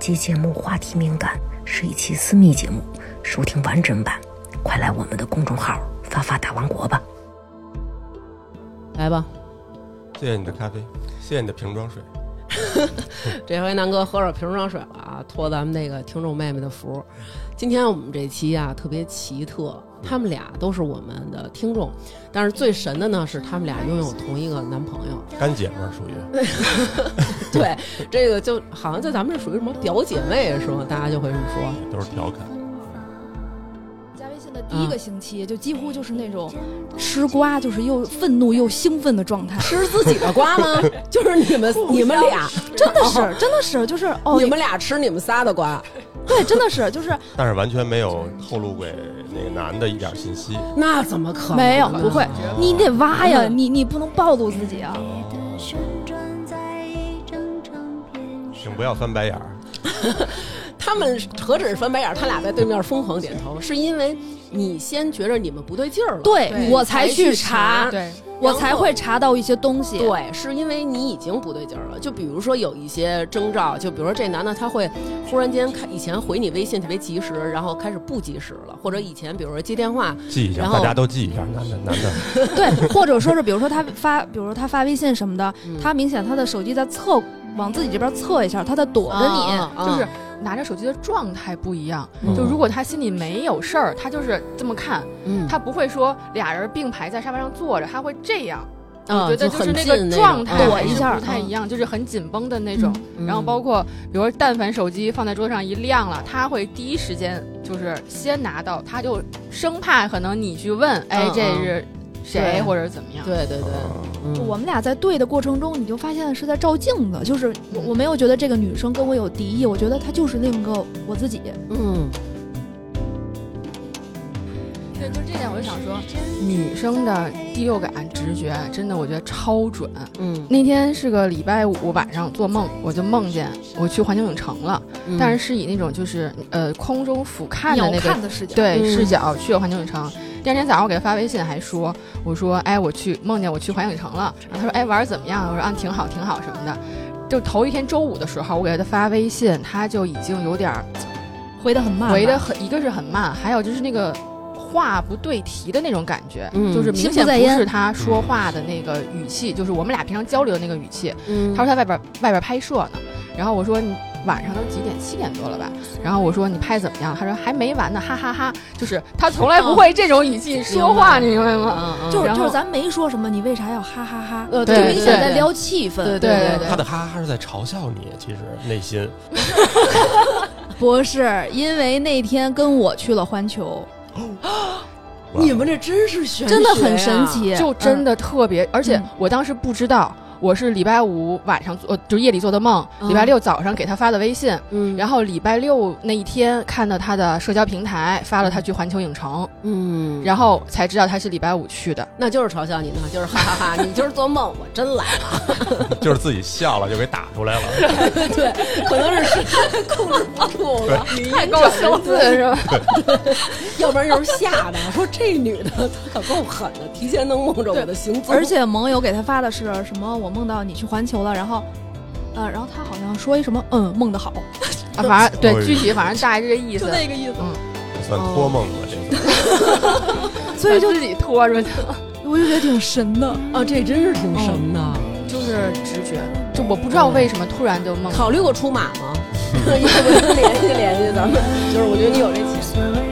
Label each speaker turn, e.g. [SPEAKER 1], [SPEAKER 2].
[SPEAKER 1] 期节目话题敏感，是一期私密节目，收听完整版，快来我们的公众号“发发大王国”吧。
[SPEAKER 2] 来吧，
[SPEAKER 3] 谢谢你的咖啡，谢谢你的瓶装水。
[SPEAKER 2] 这回南哥喝着瓶装水了啊，托咱们这个听众妹妹的福。今天我们这期啊特别奇特，他们俩都是我们的听众，但是最神的呢是他们俩拥有同一个男朋友。
[SPEAKER 3] 干姐们儿属于
[SPEAKER 2] 对，这个就好像在咱们这属于什么表姐妹是吗？大家就会这么说。
[SPEAKER 3] 都是调侃，
[SPEAKER 4] 加微信的第一
[SPEAKER 2] 嗯
[SPEAKER 4] 个星期，就几乎就是那种吃瓜，就是又愤怒又兴奋的状态。
[SPEAKER 2] 吃自己 的瓜吗？ 就是你们你们俩，
[SPEAKER 4] 真的是，真的是，就是哦，
[SPEAKER 2] 你们俩吃你们仨的瓜，
[SPEAKER 4] 对，真的是， 就是
[SPEAKER 3] 但是完全没有透露给那个男的一点信息。
[SPEAKER 2] 那怎么可能？
[SPEAKER 4] 没有不会，你得挖呀，
[SPEAKER 2] 嗯
[SPEAKER 4] 你你不能暴露自己啊。
[SPEAKER 3] 请不要翻白眼儿，
[SPEAKER 2] 他们何止是翻白眼儿，他俩在对面疯狂点头，是因为你先觉着你们不对劲儿了。
[SPEAKER 4] 对我才
[SPEAKER 2] 才
[SPEAKER 4] 去
[SPEAKER 2] 去
[SPEAKER 4] 查，
[SPEAKER 5] 对，
[SPEAKER 4] 我才会查到一些东西。
[SPEAKER 2] 对，是因为你已经不对劲儿了。就比如说有一些征兆，就比如说这男的他会忽然间看以前回你微信特别及时，然后开始不及时了，或者以前比如说接电话，
[SPEAKER 3] 记一下，
[SPEAKER 2] 然后
[SPEAKER 3] 大家都记一下，男的男的。
[SPEAKER 4] 对，或者说是比如说他发，比如说他发微信什么的，
[SPEAKER 2] 嗯
[SPEAKER 4] 他明显他的手机在侧往自己这边侧一下，他在躲着你。
[SPEAKER 2] 啊啊
[SPEAKER 5] 就是拿着手机的状态不一样。
[SPEAKER 2] 嗯
[SPEAKER 5] 就如果他心里没有事儿，他就是这么看，
[SPEAKER 2] 嗯
[SPEAKER 5] 他不会说俩人并排在沙发上坐着，他会这样。
[SPEAKER 2] 啊
[SPEAKER 5] 我觉得
[SPEAKER 2] 就
[SPEAKER 5] 就是
[SPEAKER 2] 很
[SPEAKER 5] 那
[SPEAKER 2] 近
[SPEAKER 5] 个
[SPEAKER 2] 那种
[SPEAKER 5] 状
[SPEAKER 2] 哦
[SPEAKER 5] 态
[SPEAKER 4] 躲
[SPEAKER 5] 还
[SPEAKER 4] 一
[SPEAKER 5] 是
[SPEAKER 4] 下
[SPEAKER 5] 不太
[SPEAKER 4] 嗯
[SPEAKER 5] 一样，就是很紧绷的那种。
[SPEAKER 2] 嗯
[SPEAKER 5] 然后包括，比如说但凡手机放在桌上一亮了，他会第一时间就是先拿到，他就生怕可能你去问，哎
[SPEAKER 2] 嗯，
[SPEAKER 5] 这是谁
[SPEAKER 2] 对
[SPEAKER 5] 或者怎么样。
[SPEAKER 2] 对对对，
[SPEAKER 4] 就
[SPEAKER 2] 嗯
[SPEAKER 4] 我们俩在对的过程中，你就发现是在照镜子，就是我我没有觉得这个女生跟我有敌意，我觉得她就是另一个我自己。
[SPEAKER 2] 嗯，
[SPEAKER 5] 对，就这点我就想说，女生的第六感直觉真的我觉得超准。
[SPEAKER 2] 嗯，
[SPEAKER 5] 那天是个礼拜五晚上做梦，我就梦见我去环球影城了，
[SPEAKER 2] 嗯
[SPEAKER 5] 但是是以那种就是呃空中俯瞰的
[SPEAKER 4] 鸟
[SPEAKER 5] 那个
[SPEAKER 4] 看的视角，
[SPEAKER 5] 对、
[SPEAKER 2] 嗯
[SPEAKER 5] 视角去了环球影城。第二天早上我给他发微信还说，我说哎我去梦见我去环球影城了，然后他说哎玩儿怎么样？我说啊挺好挺好什么的。就头一天周五的时候，我给他发微信，他就已经有点儿
[SPEAKER 4] 回的很慢吧，
[SPEAKER 5] 回的很，一个是很慢，还有就是那个话不对题的那种感觉，
[SPEAKER 2] 嗯
[SPEAKER 5] 就是
[SPEAKER 4] 心
[SPEAKER 5] 明
[SPEAKER 4] 不
[SPEAKER 5] 显
[SPEAKER 4] 在
[SPEAKER 5] 不
[SPEAKER 4] 焉
[SPEAKER 5] 是他说话的那个语气，就是我们俩平常交流的那个语气。
[SPEAKER 2] 嗯，
[SPEAKER 5] 他说他外边外边拍摄呢，然后我说你晚上都几点？七点多了吧？然后我说你拍怎么样？他说还没完呢，哈哈哈就是他从来不会这种语气说话，你明白吗？
[SPEAKER 2] 嗯嗯，
[SPEAKER 4] 就是
[SPEAKER 5] 然
[SPEAKER 4] 就
[SPEAKER 5] 后
[SPEAKER 4] 是咱没说什么，你为啥要哈哈哈？
[SPEAKER 2] 呃
[SPEAKER 5] 对
[SPEAKER 4] 就
[SPEAKER 2] 对
[SPEAKER 4] 明显在聊气氛。
[SPEAKER 2] 对
[SPEAKER 5] 对 对对
[SPEAKER 3] 他的哈哈哈是在嘲笑你，其实内心
[SPEAKER 4] 不是因为那天跟我去了环球，
[SPEAKER 3] 哇
[SPEAKER 2] 你们这真是玄学
[SPEAKER 4] 真
[SPEAKER 2] 呀，
[SPEAKER 4] 的很神奇，
[SPEAKER 5] 就真的特别，而且
[SPEAKER 4] 嗯
[SPEAKER 5] 我当时不知道。我是礼拜五晚上做，呃就是夜里做的梦，礼
[SPEAKER 2] 嗯
[SPEAKER 5] 拜六早上给他发的微信，
[SPEAKER 2] 嗯，
[SPEAKER 5] 然
[SPEAKER 2] 后
[SPEAKER 5] 后礼拜六那一天看到他的社交平台发了他去环球影城，
[SPEAKER 2] 嗯，
[SPEAKER 5] 然后才知道他是礼拜五去的。
[SPEAKER 2] 那就是嘲笑你呢，就是哈哈哈，你今儿做梦，我真来了，
[SPEAKER 3] 就是自己笑了就给打出来 了。
[SPEAKER 2] 对， 可能是控制不住了，太
[SPEAKER 5] 够 羞涩是吧？
[SPEAKER 2] 要不然就是吓的，说这女的她可够狠的，提前能梦着我的行踪，
[SPEAKER 4] 而且盟友给他发的是什么？我梦到你去环球了，然后，呃，然后他好像说一什么，嗯，梦得好，
[SPEAKER 5] 啊反正
[SPEAKER 3] 哎呦
[SPEAKER 5] 对，具体反正大概是这意思。
[SPEAKER 4] 个意思
[SPEAKER 3] 这算托梦了，这算。
[SPEAKER 4] 所以就
[SPEAKER 5] 自己拖着的，
[SPEAKER 4] 我就觉得挺神的。
[SPEAKER 2] 啊，这真是挺神的。
[SPEAKER 5] 就是直觉。就我不知道为什么突然就梦。
[SPEAKER 2] 嗯 考虑过出马吗？要不然联系联系咱们，就是我觉得你有这潜力。